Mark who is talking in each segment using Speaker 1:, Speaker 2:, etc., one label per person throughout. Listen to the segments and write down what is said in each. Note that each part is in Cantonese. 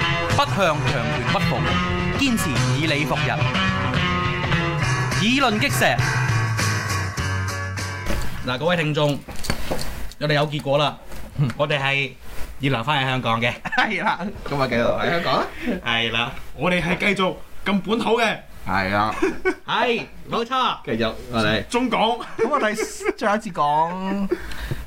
Speaker 1: 向強權屈服，堅持以理服人，以論擊石。嗱，各位聽眾，我哋有結果啦，我哋係要留翻喺香 港嘅，
Speaker 2: 係啦，
Speaker 3: 咁啊繼續喺香港啊，
Speaker 1: 係啦，
Speaker 2: 我哋係繼續咁本土嘅
Speaker 3: 係啊，
Speaker 1: 係冇錯。
Speaker 3: 繼續我哋
Speaker 2: 中港。
Speaker 3: 咁我哋最後一次講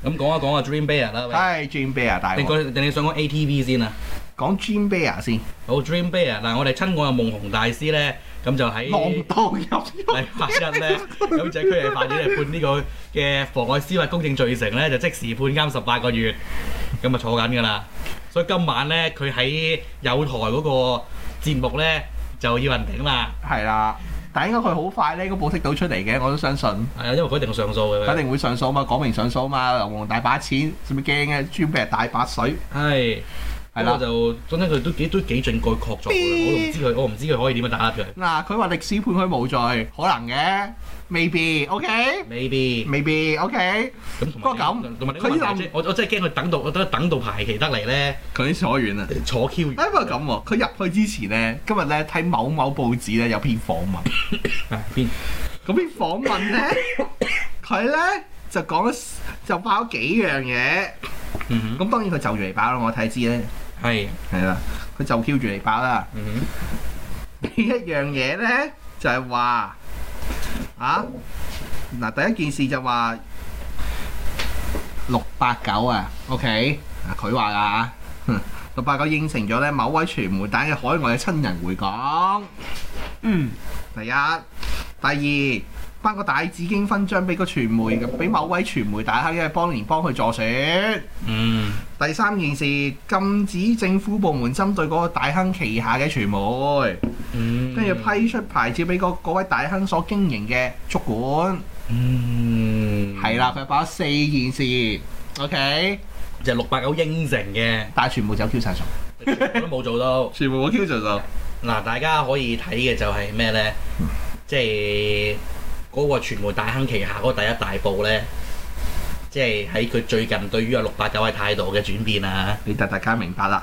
Speaker 1: 咁講一講啊，Dream Bear 啦，
Speaker 3: 係 Dream Bear 大
Speaker 1: 喂，定
Speaker 3: 王，
Speaker 1: 講定你想講 ATV 先啊？
Speaker 3: 講 Dream Bear 先，
Speaker 1: 好，Dream Bear 嗱，我哋親愛嘅夢紅大師咧，咁就喺
Speaker 3: 浪蕩入
Speaker 1: 禮拜一 咧，咁就喺區域法院嚟判呢個嘅妨礙司法公正罪成咧，就即時判監十八個月，咁啊坐緊㗎啦。所以今晚咧，佢喺有台嗰個節目咧就要人頂啦，
Speaker 3: 係啦，但係應該佢好快咧，應該保釋到出嚟嘅，我都相信，
Speaker 1: 係啊，因為佢一定上訴嘅
Speaker 3: 佢一
Speaker 1: 佢。
Speaker 3: 定會上訴嘛，講明上訴嘛，流氓大把錢，使乜驚嘅？Dream à, Bear 大把水，
Speaker 1: 係，
Speaker 3: 係
Speaker 1: 係
Speaker 3: 啦
Speaker 1: 啦，就總之佢都幾都幾準確確鑿嘅，我都唔知佢，我唔知佢可以點樣打壓佢。
Speaker 3: 嗱佢話歷史判佢無罪，可能嘅未必 o k
Speaker 1: Maybe。
Speaker 3: 未必 o k
Speaker 1: 咁同埋
Speaker 3: 不過咁
Speaker 1: 同埋呢個問題
Speaker 3: 佢
Speaker 1: 即係我我真係驚佢等到我等等到排期得嚟咧，
Speaker 3: 佢已經坐完啦。
Speaker 1: 坐 Q 完。
Speaker 3: 啊，不過咁喎，佢入去之前咧，今日咧睇某某報紙咧有篇訪問，
Speaker 1: 啊邊
Speaker 3: 咁篇訪問咧，佢咧就講咗就爆咗幾樣嘢，
Speaker 1: 嗯
Speaker 3: 咁當然佢就住嚟爆啦，我睇知咧，
Speaker 1: 哼係
Speaker 3: 係啦，佢就 Q 住嚟爆啦。
Speaker 1: 嗯哼
Speaker 3: 第一樣嘢咧就係話啊，嗱第一件事就話六八九啊，OK，啊佢話啊。哼 六八九應承咗咧，某位傳媒帶嘅海外嘅親人回港。
Speaker 2: 嗯，
Speaker 3: 第一，第二，頒個大紫荊勳章俾個傳媒，俾某位傳媒大亨，因為幫年幫佢助選。
Speaker 1: 嗯
Speaker 3: 第三件事，禁止政府部門針對嗰個大亨旗下嘅傳媒，
Speaker 1: 嗯，
Speaker 3: 跟住批出牌照俾嗰嗰位大亨所經營嘅足館。
Speaker 1: 嗯
Speaker 3: 係啦、，佢擺咗四件事。OK，，
Speaker 1: 就係六八九應承嘅
Speaker 3: 但係全部走 Q 晒數，
Speaker 1: 我都冇做到。
Speaker 3: 全部我 Q 晒數。
Speaker 1: 嗱，大家可以睇嘅就係咩咧？即係嗰個傳媒大亨旗下嗰個第一大報咧，即係喺佢最近對於啊六八九嘅態度嘅轉變啊。
Speaker 3: 你大大家明白啦。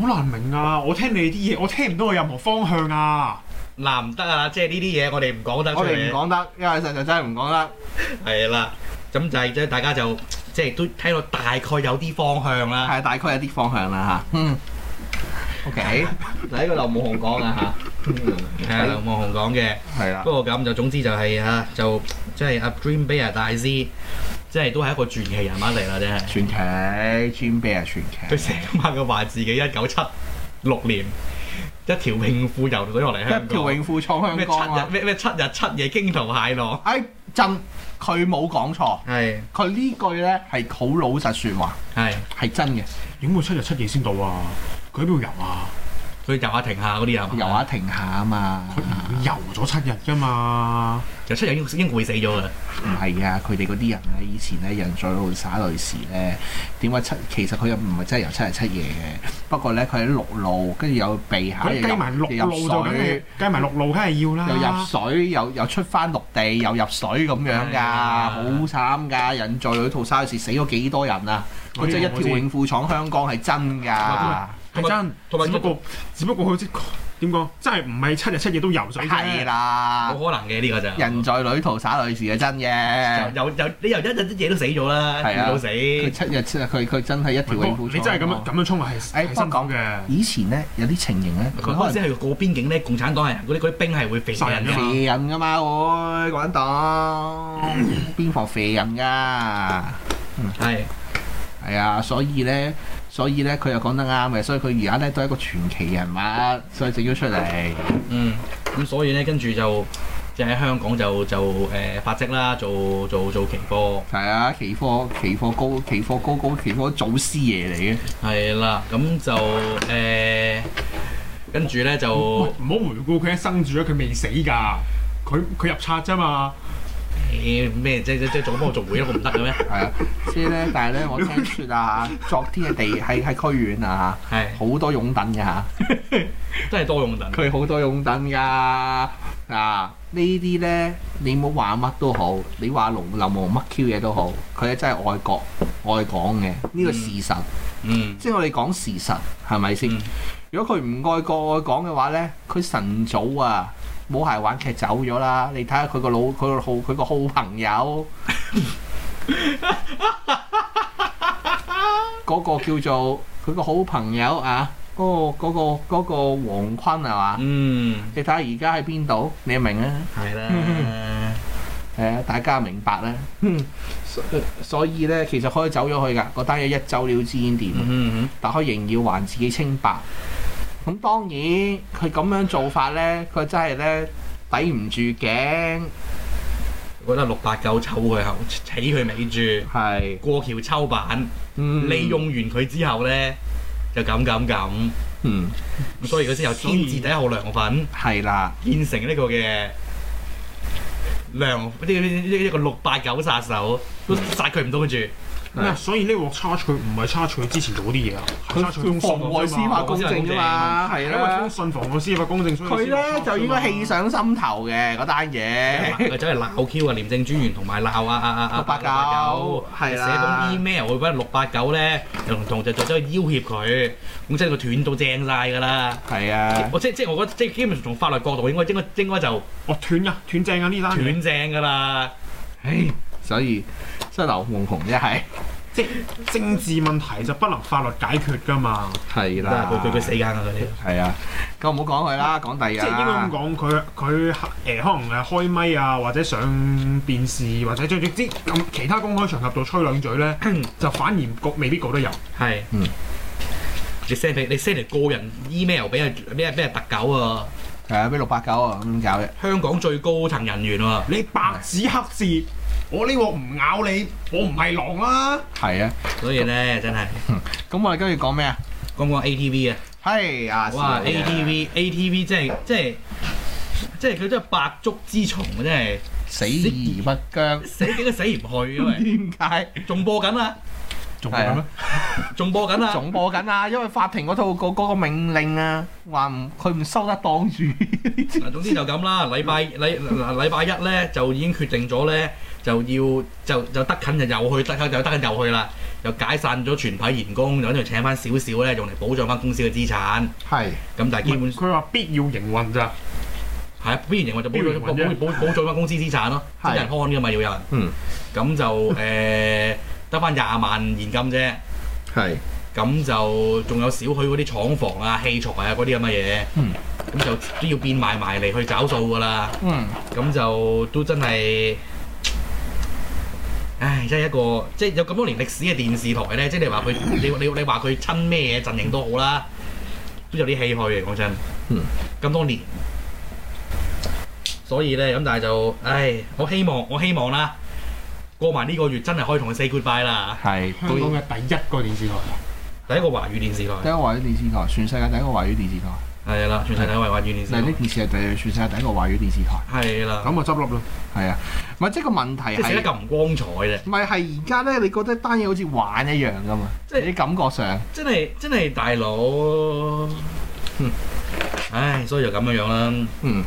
Speaker 2: 好難明啊！我聽你啲嘢，我聽唔到佢任何方向啊！
Speaker 1: 嗱唔得啊！即係呢啲嘢我哋唔講得出
Speaker 3: 我哋
Speaker 1: 嚟
Speaker 3: 唔。講得，因為實在真係唔講得。
Speaker 1: 係啦，咁就係即係大家就即係都睇到大概有啲方向啦。
Speaker 3: 係大概有啲方向啦嚇。嗯，OK，第一個劉武雄講啦嚇。
Speaker 1: 係啊，劉夢紅講嘅。
Speaker 3: 係啦
Speaker 1: 不，過咁就總之就係、啊，就即係阿 Dream Bear 大師，即係都係一個傳奇人物嚟啦，真係。
Speaker 3: 傳奇 Dream Bear 傳奇，
Speaker 1: 佢成日晚佢話自己一九七六年一條泳褲游咗落嚟香
Speaker 3: 一條
Speaker 1: 港，
Speaker 3: 泳褲闖香
Speaker 1: 咩
Speaker 3: 港
Speaker 1: 七
Speaker 3: 啊
Speaker 1: 日！咩咩七日七夜驚濤駭浪。
Speaker 3: 哎，真佢冇講錯，
Speaker 1: 係
Speaker 3: 佢呢句咧係好老實説話，
Speaker 1: 係，
Speaker 3: 係真嘅。
Speaker 2: 點會七日七夜先到啊？佢喺邊度遊啊？
Speaker 1: 佢游下停下嗰啲啊
Speaker 2: 哦
Speaker 1: 嘛，
Speaker 3: 遊下停下啊嘛，
Speaker 2: 佢唔會遊咗七日㗎嘛？
Speaker 1: 游七日已經已經攰死咗㗎。
Speaker 3: 唔係啊！佢哋嗰啲人咧，以前咧人在路耍雷時咧，點解七？其實佢又唔係真係遊七日七夜嘅，不過咧佢喺陸路，跟住有避下，
Speaker 2: 佢
Speaker 3: 又
Speaker 2: 計
Speaker 3: 入
Speaker 2: 埋陸
Speaker 3: 又入
Speaker 2: 路就梗
Speaker 3: 水
Speaker 2: 係。啊計埋陸路，梗係要啦。
Speaker 3: 又入水，又又出翻陸地，又入水咁樣
Speaker 1: 係
Speaker 3: 㗎，
Speaker 1: 啊
Speaker 3: 好慘㗎！人在女套沙士死咗幾多人啊！
Speaker 2: 我
Speaker 3: 佢
Speaker 2: 知
Speaker 3: 真係一
Speaker 2: 我知啊
Speaker 3: 條泳褲闖香港係真㗎，
Speaker 1: 同埋
Speaker 2: 係真，
Speaker 1: 同埋
Speaker 2: 只不過只不過佢即點講，真係唔係七日七夜都游水啫
Speaker 3: 係，啦
Speaker 1: 冇，可能嘅呢、個就。
Speaker 3: 人在女途耍女士係真嘅，
Speaker 1: 又又你又一日一夜都死咗啦，
Speaker 3: 係啊
Speaker 1: 攰到死。
Speaker 3: 佢七日七日佢佢真係一條
Speaker 2: 唔係
Speaker 3: 泳
Speaker 2: 不過
Speaker 3: 褲闖
Speaker 2: 你真係咁啊
Speaker 3: 香
Speaker 2: 樣
Speaker 3: 港
Speaker 2: 咁樣衝係係
Speaker 3: 誒
Speaker 2: 辛苦
Speaker 3: 哎不過
Speaker 2: 嘅。
Speaker 3: 啊以前咧有啲情形咧，
Speaker 1: 佢
Speaker 3: 佢
Speaker 1: 嗰
Speaker 3: 可
Speaker 1: 陣時
Speaker 2: 啊
Speaker 3: 能
Speaker 1: 係過邊境咧，共產黨係人嗰啲嗰啲兵係會肥死人
Speaker 2: 殺
Speaker 1: 㗎
Speaker 2: 人
Speaker 1: 嘛。
Speaker 3: 肥人㗎嘛，會講黨邊防肥人㗎。
Speaker 1: 係
Speaker 3: 係啊，所以咧，所以咧，佢又講得啱嘅，所以佢而家咧都係一個傳奇人物，所以整咗出嚟。
Speaker 1: 嗯，咁所以咧，跟住就即係喺香港就就誒、呃、發跡啦，做做做期貨
Speaker 3: 係啊，期貨期貨高期貨高高期貨祖師爺嚟嘅，
Speaker 1: 係啦，咁就誒、呃跟住咧
Speaker 2: 喂
Speaker 1: 就
Speaker 2: 唔好回顧佢一生住咗，佢未死㗎。佢佢入冊啫嘛，
Speaker 1: 誒咩即即即做幫我做會咯，我唔得嘅咩？
Speaker 3: 係啊，即係咧，但係咧，我聽説啊，昨天嘅地喺喺區院啊，
Speaker 1: 係
Speaker 3: 好多擁躉㗎嚇，
Speaker 1: 真係多用等。
Speaker 3: 佢好多擁躉㗎啊！呢啲咧，你冇話乜都好，你話龍流毛乜 Q 嘢都好，佢係真係愛國愛港嘅，呢個事實。
Speaker 1: 嗯
Speaker 3: 即係我哋講事實係咪先
Speaker 1: 嗯？
Speaker 3: 如果佢唔愛國愛港嘅話咧，佢晨早啊冇鞋玩劇走咗啦。你睇下佢個老佢個好佢個好 朋友，嗰個叫做佢個好朋友啊，嗰、個嗰、個嗰、個黃坤係嘛？
Speaker 1: 嗯，
Speaker 3: 你睇下而家喺邊度，你明啊？
Speaker 1: 係啦，
Speaker 3: 係啊，大家明白啦。所所以咧，其實可以走咗去㗎，嗰單嘢一走了之已經掂
Speaker 1: 嗯哼
Speaker 3: 但佢仍要還自己清白。咁當然佢咁樣做法呢，佢真係呢抵唔住頸，
Speaker 1: 我覺得六八九抽佢後，起佢尾住，
Speaker 3: 係、
Speaker 1: 過橋抽板，
Speaker 3: 嗯
Speaker 1: 利用完佢之後咧，就咁咁咁，
Speaker 3: 嗯
Speaker 1: 咁所以佢先有天字第一號良粉，
Speaker 3: 係啦，
Speaker 1: 建成呢個嘅良呢個呢呢一個六八九殺手，都殺佢唔到住。
Speaker 2: 咩？所以呢鑊 charge 佢唔係 charge 佢之前做嗰啲嘢啊，係
Speaker 3: 佢
Speaker 2: charge 封
Speaker 3: 妨
Speaker 2: 信
Speaker 3: 礙
Speaker 2: 啊嘛
Speaker 3: 司法公正啫嘛，係
Speaker 2: 因為
Speaker 3: 啦
Speaker 2: 封。信妨礙司法公正，所
Speaker 3: 佢
Speaker 2: 以
Speaker 3: 呢就應該氣
Speaker 2: 氣。
Speaker 3: 上心頭嘅嗰單嘢，
Speaker 1: 佢走嚟鬧 Q 啊，廉政專員同埋鬧啊啊啊啊
Speaker 3: 689係啦
Speaker 1: 寫封 email 佢揾六八九咧，就同同就就走去要挾佢，咁即係佢斷到正晒㗎啦。
Speaker 3: 係啊，
Speaker 1: 我即即我覺得即基本上從法律角度應該應該應該就
Speaker 2: 哦，斷啊，斷正啊呢單嘢。
Speaker 1: 斷正㗎啦。
Speaker 3: 唉，所以即係劉夢紅一係
Speaker 2: 即政治問題就不能法律解決㗎嘛，
Speaker 3: 係
Speaker 1: 但係
Speaker 3: 啦，
Speaker 1: 佢佢佢死梗啊！佢哋
Speaker 3: 係啊，咁唔好講佢啦，講第
Speaker 2: 即
Speaker 3: 二
Speaker 2: 係應該咁
Speaker 3: 啦，
Speaker 2: 講，佢佢誒呃可能誒開咪啊，或者上電視，或者總之咁其他公開場合度吹兩嘴咧，就反而告未必告得入。
Speaker 1: 係
Speaker 3: 嗯
Speaker 1: 你 send 俾你 send 嚟個人 email 俾人咩咩特狗啊，
Speaker 3: 係啊，俾六八九啊咁搞嘅，
Speaker 1: 香港最高層人員喎。
Speaker 2: 你白紙黑字，我呢鑊唔咬你，我唔係狼啦、
Speaker 3: 係啊，
Speaker 1: 所以咧真係
Speaker 3: 咁我哋跟住講咩啊？
Speaker 1: 講講 ATV 啊。
Speaker 3: 係啊，
Speaker 1: 哇
Speaker 3: 是啊
Speaker 1: ！ATV ATV 即係即係即係佢真係百足之蟲，啊真係
Speaker 3: 死而不 僵，
Speaker 1: 死幾都死唔去，因 為
Speaker 3: 點解？
Speaker 1: 仲播緊啊，
Speaker 2: 仲
Speaker 3: 係
Speaker 2: 係
Speaker 3: 啊
Speaker 2: 咩？
Speaker 1: 仲播緊啊，
Speaker 3: 仲播緊啊，因為法庭嗰套嗰嗰個命令啊，話唔佢唔收得檔 主，
Speaker 1: 嗱總之就咁啦。禮拜禮嗱禮拜一咧就已經決定咗咧，就要就就德勤就又去，德勤就德勤又去啦，又解散咗全體員工，就跟住請翻少少咧，用嚟保障翻公司嘅資產。
Speaker 3: 係啊
Speaker 1: 咁但係基本
Speaker 2: 佢話必要營運咋，
Speaker 1: 係啊，必然認為就保
Speaker 2: 標
Speaker 1: 障
Speaker 2: 準
Speaker 1: 保
Speaker 2: 啫
Speaker 1: 保保保障翻公司資產咯，
Speaker 3: 係
Speaker 1: 啲人看㗎嘛要有人。
Speaker 3: 嗯。
Speaker 1: 咁就誒得翻廿萬現金啫。
Speaker 3: 係
Speaker 1: 咁就仲有少許嗰啲廠房啊、器材啊嗰啲咁嘅嘢，
Speaker 3: 嗯
Speaker 1: 咁就都要變賣埋嚟去找數噶啦。
Speaker 3: 嗯
Speaker 1: 咁就都真係，唉，真係一個即係有咁多年歷史嘅電視台咧，即係你話佢，你你你話佢親咩陣營都好啦，都有啲唏噓嘅講真。
Speaker 3: 嗯，
Speaker 1: 咁多年，所以咧咁，但係就唉，我希望我希望啦，過埋呢個月真係可以同佢 say goodbye 啦。
Speaker 3: 係
Speaker 2: 香
Speaker 3: 都
Speaker 2: 港
Speaker 3: 要
Speaker 2: 嘅第一個電視台。
Speaker 1: 第一個華語電視台
Speaker 3: 第一。個華語電視台，全世界第一個華語電視台，
Speaker 1: 係啦，全世界為華語電視
Speaker 3: 麗的
Speaker 1: 台。
Speaker 3: 電視係第全世界第一個華語電視台，
Speaker 1: 係啦，
Speaker 2: 咁啊執笠啦！
Speaker 3: 係啊，唔係即係個問題
Speaker 1: 即係寫得
Speaker 3: 係。
Speaker 1: 咁唔光彩啫，
Speaker 3: 唔係係而家咧，你覺得單嘢好似玩一樣噶嘛？
Speaker 1: 即係
Speaker 3: 你感覺上
Speaker 1: 真係真係大佬，哼唉，所以就咁樣樣啦。
Speaker 3: 嗯。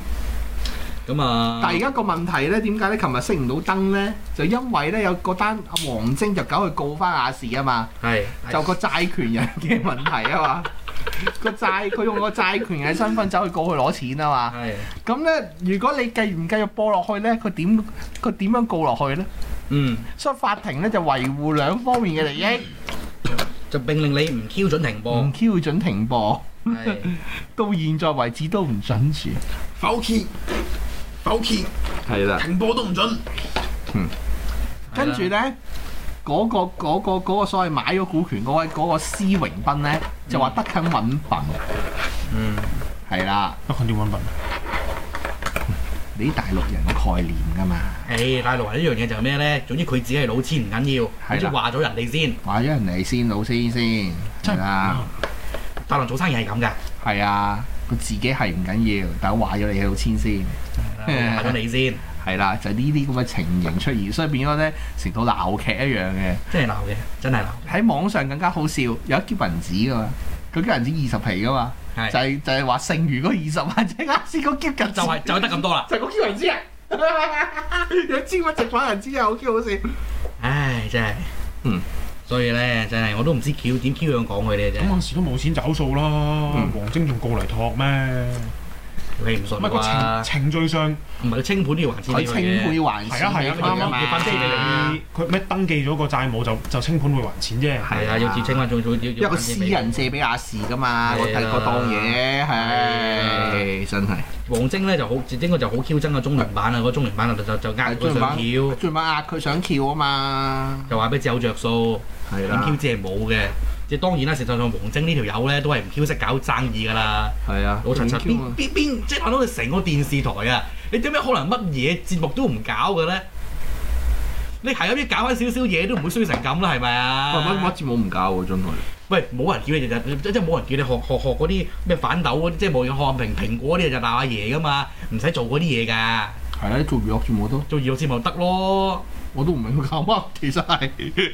Speaker 1: 咁啊，
Speaker 3: 但係而家個問題咧，點解咧？琴日熄唔到燈咧，就因為咧有嗰單阿黃晶就走去告翻亞視啊嘛，
Speaker 1: 係
Speaker 3: 就個債權人嘅問題 啊嘛，個債佢用個債權人嘅身份走去告佢攞錢啊嘛，
Speaker 1: 係
Speaker 3: 咁咧如果你繼唔繼續播落去咧，佢點佢點樣告落去咧？
Speaker 1: 嗯，
Speaker 3: 所以法庭咧就維護兩方面嘅利益，
Speaker 1: 就並令你唔 Q 準停播
Speaker 3: 唔，Q 準停播，
Speaker 1: 係
Speaker 3: 到現在為止都唔準住。
Speaker 2: 否決，否決，
Speaker 3: 係啦。
Speaker 2: 停播都唔準。
Speaker 3: 跟住咧，嗰、個嗰、個嗰、個所謂買咗股權嗰位嗰、個施榮斌咧，就話德勤揾笨，
Speaker 1: 嗯
Speaker 3: 係啦，
Speaker 2: 得佢點揾笨？啊
Speaker 3: 你啲大陸人嘅概念㗎嘛，
Speaker 1: 誒大陸人一樣嘢就係咩咧？總之佢自己係老千唔緊要，
Speaker 3: 係
Speaker 1: 總
Speaker 3: 啦
Speaker 1: 之話咗人哋先。
Speaker 3: 話咗人哋先老先先，係啦，
Speaker 1: 大陸做生意係咁㗎，
Speaker 3: 係啊，佢自己係唔緊要，但係話咗你老千先，
Speaker 1: 話咗你先，
Speaker 3: 係啦，就呢啲咁嘅情形出現，所以變咗咧成套鬧劇一樣嘅。
Speaker 1: 真係鬧嘅，真係鬧。
Speaker 3: 喺網上更加好笑，有一結銀紙㗎嘛，佢結銀紙二十皮㗎嘛，
Speaker 1: 係
Speaker 3: 就係、就係、話剩餘嗰二十萬即係啱先嗰結銀紙
Speaker 1: 就係就係得咁多啦。
Speaker 3: 就係嗰 Q 人知 啊！有知乜直反人知啊，好 Q 好笑。
Speaker 1: 唉，真係。
Speaker 3: 嗯。
Speaker 1: 所以咧真係我都唔知橋點 Q 樣講佢哋啫
Speaker 2: 咁，嗰陣時都冇錢找數啦，
Speaker 1: 嗯
Speaker 2: 王晶仲過嚟托咩？
Speaker 1: 你唔信
Speaker 2: 唔係個程
Speaker 1: 啩？
Speaker 2: 程序上啊
Speaker 1: 唔係佢清盤都要還錢俾
Speaker 3: 佢
Speaker 1: 佢
Speaker 3: 清
Speaker 1: 嘅
Speaker 3: 盤還錢俾啊佢㗎嘛
Speaker 1: 要分期俾你
Speaker 2: 佢咩登記咗個債務就就清盤會還錢啫。
Speaker 1: 係啊，要自清翻，仲要要
Speaker 3: 一個私人借俾亞視㗎嘛，嗰
Speaker 1: 係啊
Speaker 3: 嗰檔嘢係真係。
Speaker 1: 王晶咧就好，應該就好 Q 憎個中聯版啊！個中聯版就就就
Speaker 3: 啊
Speaker 1: 呃佢上橋，
Speaker 3: 最晚壓佢想撬啊嘛，
Speaker 1: 就話俾自己有着數，
Speaker 3: 係
Speaker 1: 咁 Q 姐係冇嘅。即係當然啦，實際上王晶呢條友咧都係唔 Q 識搞生意㗎啦。
Speaker 3: 係啊
Speaker 1: 老陳陳邊邊邊即係諗到佢成個電視台啊！你點解可能乜嘢節目都唔搞嘅咧？你係咁樣搞翻少少嘢都唔會衰成咁啦，係咪啊？
Speaker 3: 節目唔搞喎，真係。
Speaker 1: 喂，冇人叫你日日即即冇人叫你學學學嗰啲咩反斗嗰啲，即係冇嘢看蘋蘋果嗰啲就鬧阿爺噶嘛，唔使做嗰啲嘢㗎，
Speaker 3: 係啊，做娛樂節目都
Speaker 1: 做娛樂節目得咯。
Speaker 3: 我都唔明佢搞乜， 其實係。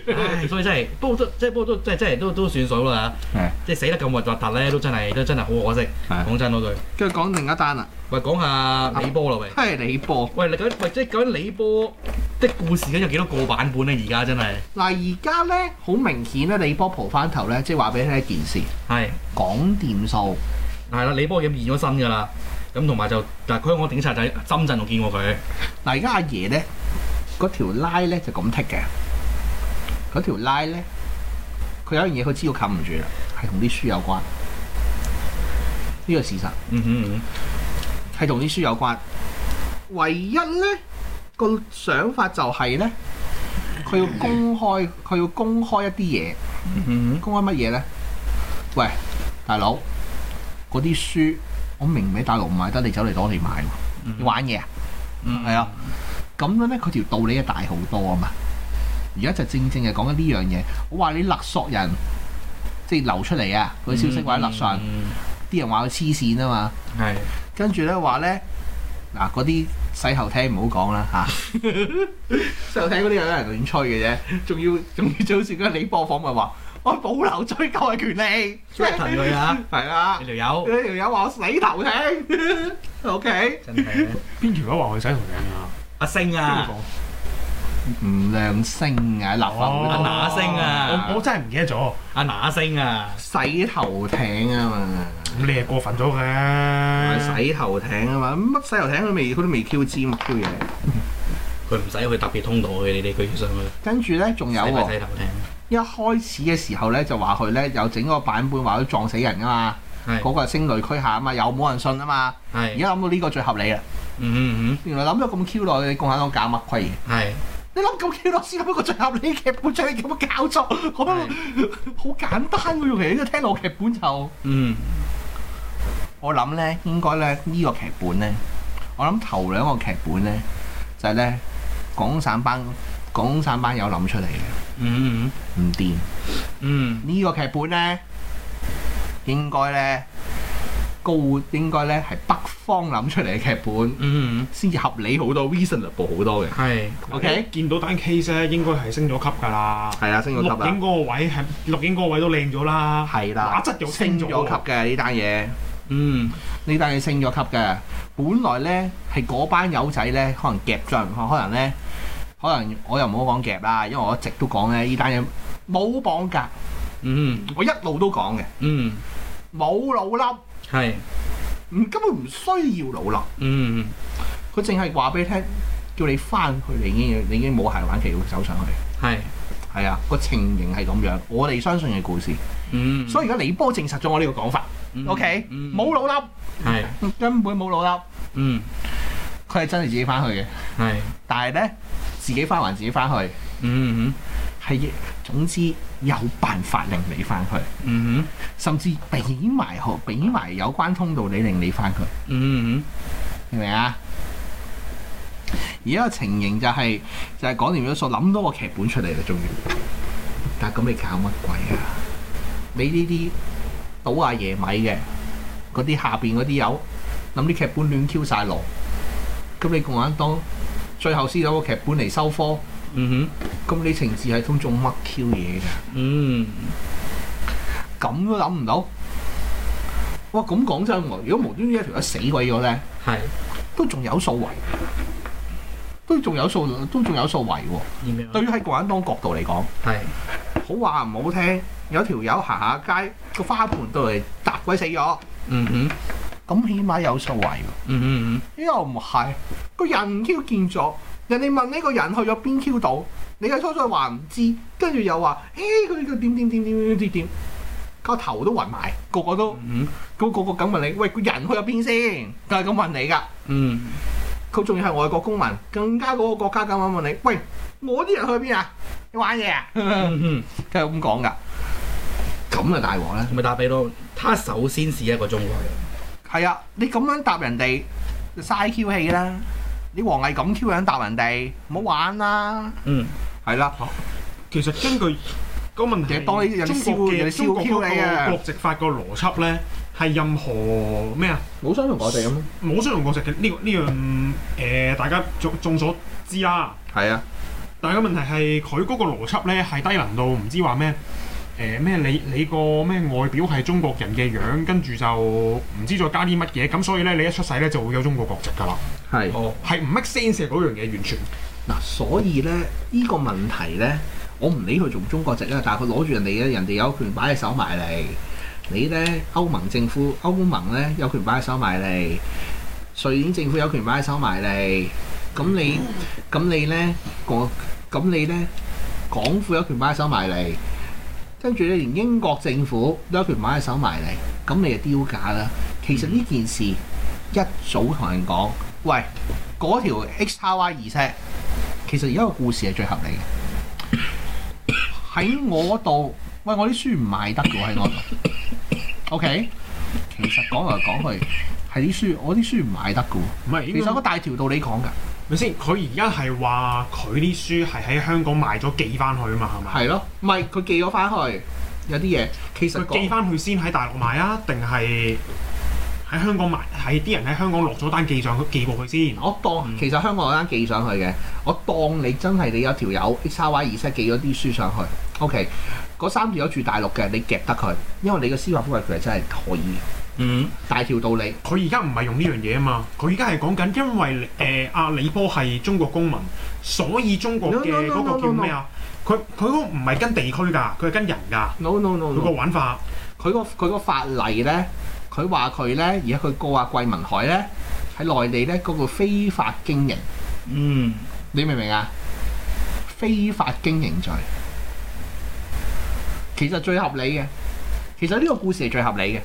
Speaker 1: 唉，所以真係，不過都即係不過都即係真係都都算數啦
Speaker 3: 係
Speaker 1: 即係死得咁核突咧，都真係都真係好可惜。
Speaker 3: 係
Speaker 1: 講真嗰句，
Speaker 3: 跟住講另一單啦，
Speaker 1: 喂，講下李波啦喂。
Speaker 3: 係李波。
Speaker 1: 喂，你究竟喂即係究竟李波的故事緊有幾多個版本咧？而家真係
Speaker 3: 嗱，而家咧好明顯咧，李波蒲翻頭咧，即係話俾你聽一件事，
Speaker 1: 係
Speaker 3: 講掂數。
Speaker 1: 係啦，李波已經現咗身㗎啦。咁同埋就嗱，香港警察就喺深圳度見過佢，
Speaker 3: 嗱，而家阿爺咧嗰條拉咧就咁剔嘅，嗰條拉咧佢有一樣嘢佢知道冚唔住啦，係同啲書有關。呢個事實
Speaker 1: 嗯哼嗯
Speaker 3: 係同啲書有關。唯一咧個想法就係咧，佢要公開，佢要公開一啲
Speaker 1: 哼嗯
Speaker 3: 嘢，公開乜嘢咧？喂，大佬，嗰啲書我明明喺大陸唔買得，你走嚟攞嚟買喎，
Speaker 1: 哼，
Speaker 3: 你玩嘢啊？
Speaker 1: 嗯
Speaker 3: 係啊，咁樣咧佢條道理係大好多啊嘛。而家就正正係講緊呢樣嘢。我話你勒索人，即係流出嚟啊，嗰啲消息或者勒索人，
Speaker 1: 嗯
Speaker 3: 啲、人話佢黐線啊嘛。
Speaker 1: 係
Speaker 3: 跟住咧話咧，嗱嗰啲洗後廳唔好講啦嚇， 洗後廳嗰啲有人亂吹嘅啫，仲要仲要就好似嗰個李波訪咪話，我保留追究嘅權利，
Speaker 1: Threaten 佢啊，
Speaker 3: 係啦
Speaker 1: 你，條友
Speaker 3: 呢條友話我洗頭廳 ，OK，
Speaker 1: 真係啊
Speaker 2: 邊條友話佢洗同領啊？
Speaker 1: 阿星
Speaker 2: 邊
Speaker 1: 啊
Speaker 2: 個，講？
Speaker 1: 嗯
Speaker 3: 吳亮星啊，立法會
Speaker 1: 阿那星啊
Speaker 2: 哦我我真係唔記得咗，
Speaker 1: 阿那星
Speaker 3: à.
Speaker 1: 啊，
Speaker 3: 洗頭艇啊嘛，
Speaker 2: 咁你係過分咗嘅。
Speaker 3: 洗頭艇啊嘛，乜洗頭艇佢未佢都未 Q 尖 Q 嘢，
Speaker 1: 佢唔使去特別通道嘅，你哋佢上去
Speaker 3: 跟住咧仲有
Speaker 1: 洗
Speaker 3: 喎
Speaker 1: 咪。洗頭聽，
Speaker 3: 一開始嘅時候咧，就話佢咧有整個版本話佢撞死人噶嘛，
Speaker 1: 係
Speaker 3: 嗰個係聲淚俱下啊嘛，有冇人信啊嘛？而
Speaker 1: 係
Speaker 3: 家諗到呢個最合理啦。
Speaker 1: 嗯嗯
Speaker 3: 原來諗咗咁 Q 耐，你共產黨搞乜鬼嘢？
Speaker 1: 嗯係
Speaker 3: 你諗咁 Q 耐先諗一個最合理嘅劇本出嚟，有冇搞錯？好好簡單嘅喎，其實呢個聽落劇本就
Speaker 1: 嗯
Speaker 3: 我諗咧，應該咧呢個劇本咧，我諗頭兩個劇本咧就係咧廣東省班廣東省班友諗出嚟嘅，
Speaker 1: 嗯嗯
Speaker 3: 唔掂。
Speaker 1: 嗯
Speaker 3: 呢個劇本呢，應該呢，高應該呢係北方諗出嚟嘅劇本，
Speaker 1: 嗯
Speaker 3: 先至合理好多，reasonable 好多嘅。
Speaker 1: 係
Speaker 3: OK，
Speaker 2: 見到單 case 咧，應該係升咗級㗎啦。
Speaker 3: 係啊啦，升咗
Speaker 2: 錄
Speaker 3: 級
Speaker 2: 影
Speaker 3: 啦，
Speaker 2: 嗰個位係錄影嗰個位都靚咗啦。
Speaker 3: 係啦，
Speaker 2: 畫質又
Speaker 3: 升
Speaker 2: 升
Speaker 3: 咗
Speaker 2: 咗
Speaker 3: 級嘅呢單嘢，
Speaker 1: 嗯
Speaker 3: 呢單嘢升咗級嘅。本來呢，係嗰班友仔呢，可能夾咗人，可能呢，可能我又唔好講夾啦，因為我一直都講呢，呢單嘢冇綁架，
Speaker 1: 嗯
Speaker 3: 我一路都講嘅，
Speaker 1: 嗯
Speaker 3: 冇腦
Speaker 1: 係
Speaker 3: 笠，唔根本唔需要腦笠。
Speaker 1: 嗯
Speaker 3: 佢淨係話俾你聽，叫你翻去，你已經你已經冇鞋玩，棋要走上去。
Speaker 1: 係
Speaker 3: 係啊，個情形係咁樣，我哋相信嘅故事。
Speaker 1: 嗯，
Speaker 3: 所以而家李波證實咗我呢個講法。
Speaker 1: 以
Speaker 3: OK，
Speaker 1: 嗯
Speaker 3: 冇腦
Speaker 1: 係
Speaker 3: 笠，根本冇腦笠，
Speaker 1: 嗯
Speaker 3: 佢係真係自己翻去嘅。
Speaker 1: 係
Speaker 3: 但係呢，自己翻還自己翻去，
Speaker 1: 嗯嗯
Speaker 3: 係總之有辦法令你翻去，
Speaker 1: 嗯嗯
Speaker 3: 甚至俾埋學，俾埋有關通道你令你翻去。
Speaker 1: 嗯
Speaker 3: 明唔明啊？而家個情形就係、就係、講掂咗數，諗到個劇本出嚟啦，終於。但係咁你搞乜鬼啊？你呢啲倒下椰米嘅嗰啲下邊嗰啲友，諗啲劇本亂 Q 晒路，咁你共產黨最後先有個劇本嚟收科，
Speaker 1: 嗯
Speaker 3: 咁你情治系統做乜 Q 嘢㗎？
Speaker 1: 嗯
Speaker 3: 咁都諗唔到。哇！咁講真喎，如果無端端一條友死鬼咗咧〜
Speaker 1: 係。
Speaker 3: 都仲有數圍，都仲有數，都仲有數圍喎。對於喺共產黨角度嚟講，
Speaker 1: 係
Speaker 3: 好話唔好聽，有條友行下街個花盆度嚟搭鬼死咗，
Speaker 1: 嗯哼，
Speaker 3: 咁起碼有數為喎。
Speaker 1: 嗯哼嗯
Speaker 3: 又唔係，個人 Q 見咗，人哋問呢個人去咗邊 Q 度，你嘅初初話唔知，跟住又話，誒佢佢點點點點點點點，個頭都暈埋，個個都
Speaker 1: 嗯
Speaker 3: 個個個咁問你，喂個人去咗邊先？就係咁問你㗎，
Speaker 1: 嗯
Speaker 3: 佢仲要係外國公民，更加嗰個國家咁樣問你，喂我啲人去邊啊？你玩嘢啊？
Speaker 1: 嗯哼，
Speaker 3: 佢係咁講㗎，咁啊大鑊啦！
Speaker 1: 咪打俾咯。他首先是一個中國人，
Speaker 3: 係啊，你咁樣答人哋就嘥 Q 氣啦！你王毅咁 Q 樣答人哋，唔好玩啦！
Speaker 1: 嗯，
Speaker 3: 係啦。
Speaker 2: 其實根據個問題，
Speaker 3: 其實當你人哋
Speaker 2: 中
Speaker 3: 燒
Speaker 2: 國
Speaker 3: 人哋
Speaker 2: 嘅
Speaker 3: 燒
Speaker 2: 中國
Speaker 3: Q 你
Speaker 2: 嗰
Speaker 3: 啊
Speaker 2: 個國籍法個邏輯咧，係任何咩啊
Speaker 3: 冇想同我哋咁咯。
Speaker 2: 冇相同國籍嘅呢個呢樣誒，大家眾眾所知啦。
Speaker 3: 係啊，
Speaker 2: 但係個問題係佢嗰個邏輯咧係低能到唔知話咩誒咩你你個咩外表係中國人嘅樣，跟住就唔知再加啲乜嘢，咁所以咧你一出世咧就會有中國國籍㗎啦，
Speaker 3: 係
Speaker 1: 哦，
Speaker 2: 係唔 make sense 嘅嗰樣嘢完全。
Speaker 3: 嗱，所以咧呢個問題咧，我唔理佢做唔中國籍啦，但係佢攞住人哋嘅，人哋有權擺喺手埋嚟。你咧歐盟政府、歐盟咧有權擺喺手埋嚟，瑞典政府有權擺喺手埋嚟。咁你咁你咧個咁你咧港府有權擺喺手埋嚟，跟住咧連英國政府都有權擺喺手埋嚟，咁你就丟架啦。其實呢件事一早同人講，喂嗰條 X 叉 Y 二 set。其實而家個故事係最合理嘅。喺我度，喂，我啲書唔賣得嘅喎，喺我度。OK，其實講嚟講去係啲書，我啲書唔賣得嘅喎。
Speaker 2: 唔係應
Speaker 3: 其
Speaker 2: 該
Speaker 3: 實我大條道理講㗎，
Speaker 2: 咪先？佢而家係話佢啲書係喺香港賣咗寄翻去啊嘛，係咪？
Speaker 3: 係咯，唔係佢寄咗翻去，有啲嘢其實
Speaker 2: 佢寄
Speaker 3: 講
Speaker 2: 翻去先喺大陸賣啊，定係喺香港賣？係啲人喺香港落咗單寄上去寄過去先。
Speaker 3: 我當
Speaker 1: 嗯
Speaker 3: 其實香港有單寄上去嘅，我當你真係你有條友 X Y 二 set 寄咗啲書上去，OK，嗰三條友住大陸嘅，你夾得佢，因為你嘅司法覆核權係真係可以嘅
Speaker 1: 嗯
Speaker 3: 大條道理。
Speaker 2: 佢而家唔係用呢樣嘢啊嘛，佢而家係講緊，因為誒阿、李波係中國公民，所以中國
Speaker 3: No,
Speaker 2: 嘅
Speaker 3: no, no,
Speaker 2: 嗰
Speaker 3: no, no,
Speaker 2: 個叫咩啊？佢佢嗰個唔係跟地區㗎，佢係跟人㗎。
Speaker 3: No no no
Speaker 2: 佢個
Speaker 3: no，
Speaker 2: 玩法
Speaker 3: 佢個佢個法例咧，佢話佢咧，而家佢告阿桂文海咧喺內地咧嗰、個非法經營，
Speaker 1: 嗯，
Speaker 3: 你明唔明啊？非法經營罪，其實最合理嘅，其實呢個故事係最合理嘅，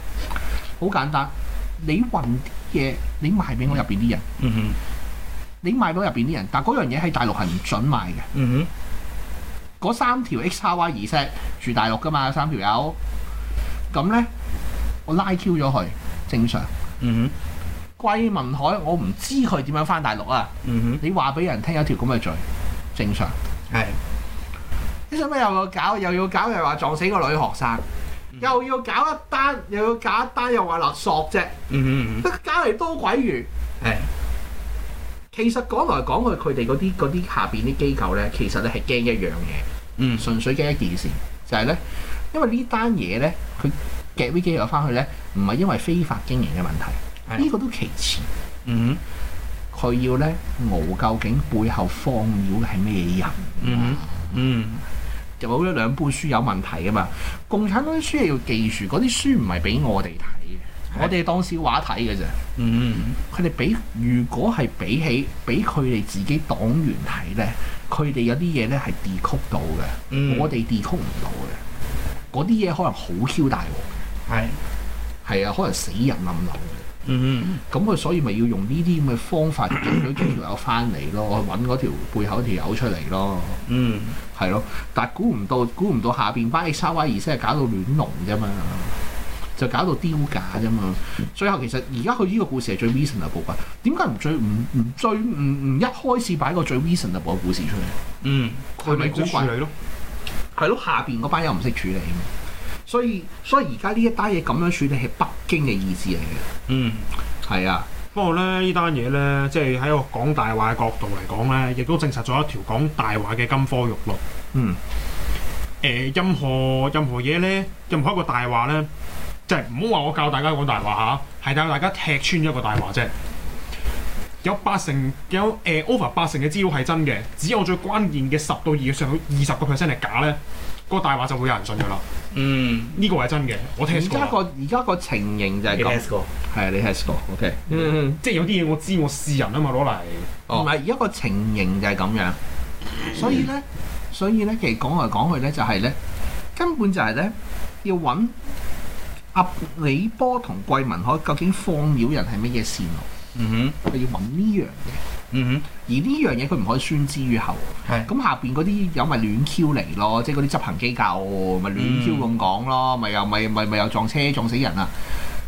Speaker 3: 好簡單。你運啲嘢，你賣俾我入邊啲人，
Speaker 1: 嗯哼，
Speaker 3: 你賣俾我入邊啲人，但嗰樣嘢喺大陸係唔準賣嘅。
Speaker 1: 嗯
Speaker 3: 嗰三條 X、Y、Y 二 set 住大陸噶嘛，三條友。咁咧，我拉 Q 咗佢，正常。
Speaker 1: 哼，嗯
Speaker 3: 桂文海，我唔知佢點樣翻大陸啊！
Speaker 1: 哼，嗯
Speaker 3: 你話俾人聽有條咁嘅罪，正常。
Speaker 1: 哼，係，
Speaker 3: 你想咩又要搞，又要搞又話撞死個女學生，又要搞一單，又要搞一單，又話勒索啫，
Speaker 1: 嗯哼，嗯
Speaker 3: 得搞嚟多鬼餘。
Speaker 1: 哼，係，
Speaker 3: 其實講來講去，佢哋嗰啲嗰啲下邊啲機構咧，其實咧係驚一樣嘢。
Speaker 1: 嗯
Speaker 3: 純粹嘅一件事，就係、呢。咧，因為呢單嘢咧，佢夾 V 機入翻去咧，唔係因為非法經營嘅問
Speaker 1: 係
Speaker 3: 題，呢個都其次。
Speaker 1: 嗯
Speaker 3: 佢要咧熬究竟背後放妖嘅係咩人？
Speaker 1: 哼，嗯哼，嗯，
Speaker 3: 就好咗兩本書有問題啊嘛。共產黨啲書係要記住，嗰啲書唔係俾我哋睇嘅，
Speaker 1: 係
Speaker 3: 我哋當笑話睇嘅啫。
Speaker 1: 嗯哼。
Speaker 3: 佢哋比如果係比起俾佢哋自己黨員睇咧，佢哋有啲嘢咧係 d 曲到嘅，
Speaker 1: 嗯
Speaker 3: 我哋 d 曲唔到嘅。嗰啲嘢可能好 Q 大鑊，
Speaker 1: 係，
Speaker 3: 係啊，可能死人冧樓嘅。
Speaker 1: 嗯
Speaker 3: 咁佢所以咪要用呢啲咁嘅方法整咗幾條友翻嚟咯， 揾嗰條背後嗰條友出嚟咯，
Speaker 1: 嗯
Speaker 3: 係咯。但係估唔到，估唔到下邊班 X Y 而先係搞到亂龍啫嘛，就搞到丟架啫嘛。最後其實而家佢呢個故事係最 reasonable 嘅，點解唔最唔唔最唔唔一開始擺個最 reasonable 嘅故事出嚟？
Speaker 1: 嗯
Speaker 2: 佢咪即處理咯？
Speaker 3: 係咯，下邊嗰班又唔識處理，所以所以而家呢一單嘢咁樣處理係北京嘅意志嚟嘅，
Speaker 1: 嗯
Speaker 3: 係啊，
Speaker 2: 不過咧，呢單嘢咧，即係喺個講大話嘅角度嚟講咧，亦都證實咗一條講大話嘅金科玉律。
Speaker 3: 嗯，
Speaker 2: 誒、呃任何任何嘢咧，任何一個大話咧，即係唔好話我教大家講大話嚇，係教大家踢穿一個大話啫。有八成有呃誒、over 八成嘅資料係真嘅，只有最關鍵嘅十到二上二十個 percent 係假咧，個大話就會有人信噶啦。
Speaker 1: 嗯
Speaker 2: 呢個係真嘅，我
Speaker 3: 而
Speaker 2: test 過
Speaker 3: 家
Speaker 2: 啦
Speaker 3: 啊個。而家個情形就係
Speaker 1: 你
Speaker 3: 咁，
Speaker 1: test 過
Speaker 3: 係啊，你 test 過，OK。
Speaker 4: 嗯，
Speaker 2: 即係有啲嘢我知我試人啊嘛，攞嚟
Speaker 1: 哦
Speaker 3: 唔係而家個情形就係咁樣，所以咧，所以咧，其實講嚟講去咧，就係、咧，根本就係咧，要揾阿李波同桂文海究竟放擾人係乜嘢線路，
Speaker 1: 嗯
Speaker 3: 佢要揾呢樣嘢，
Speaker 1: 哼嗯
Speaker 3: 而呢樣嘢佢唔可以宣之於口。
Speaker 1: 哼係
Speaker 3: 咁下邊嗰啲有咪亂 Q 嚟咯，即係嗰啲執行機構咪亂 Q 咁講咯，咪又咪咪咪又撞車撞死人啊！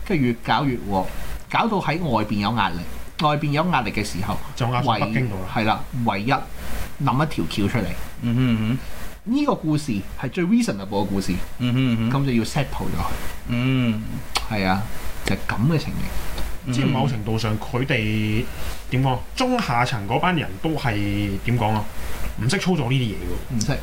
Speaker 3: 跟住越搞越禍，搞到喺外邊有壓力，外邊有壓力嘅時候，
Speaker 2: 就壓上北京度啦。
Speaker 3: 係啦，唯一諗一條橋出嚟。
Speaker 1: 嗯哼嗯哼
Speaker 3: 呢、個故事係最 reasonable 嘅故事，咁、
Speaker 1: 嗯哼嗯哼
Speaker 3: 就要 settle 咗佢。
Speaker 1: 嗯
Speaker 3: 係啊，就係咁嘅情形。
Speaker 1: 嗯
Speaker 2: 即係某程度上，佢哋點講？中下層嗰班人都係點講啊？唔識操作呢啲嘢嘅，
Speaker 3: 唔識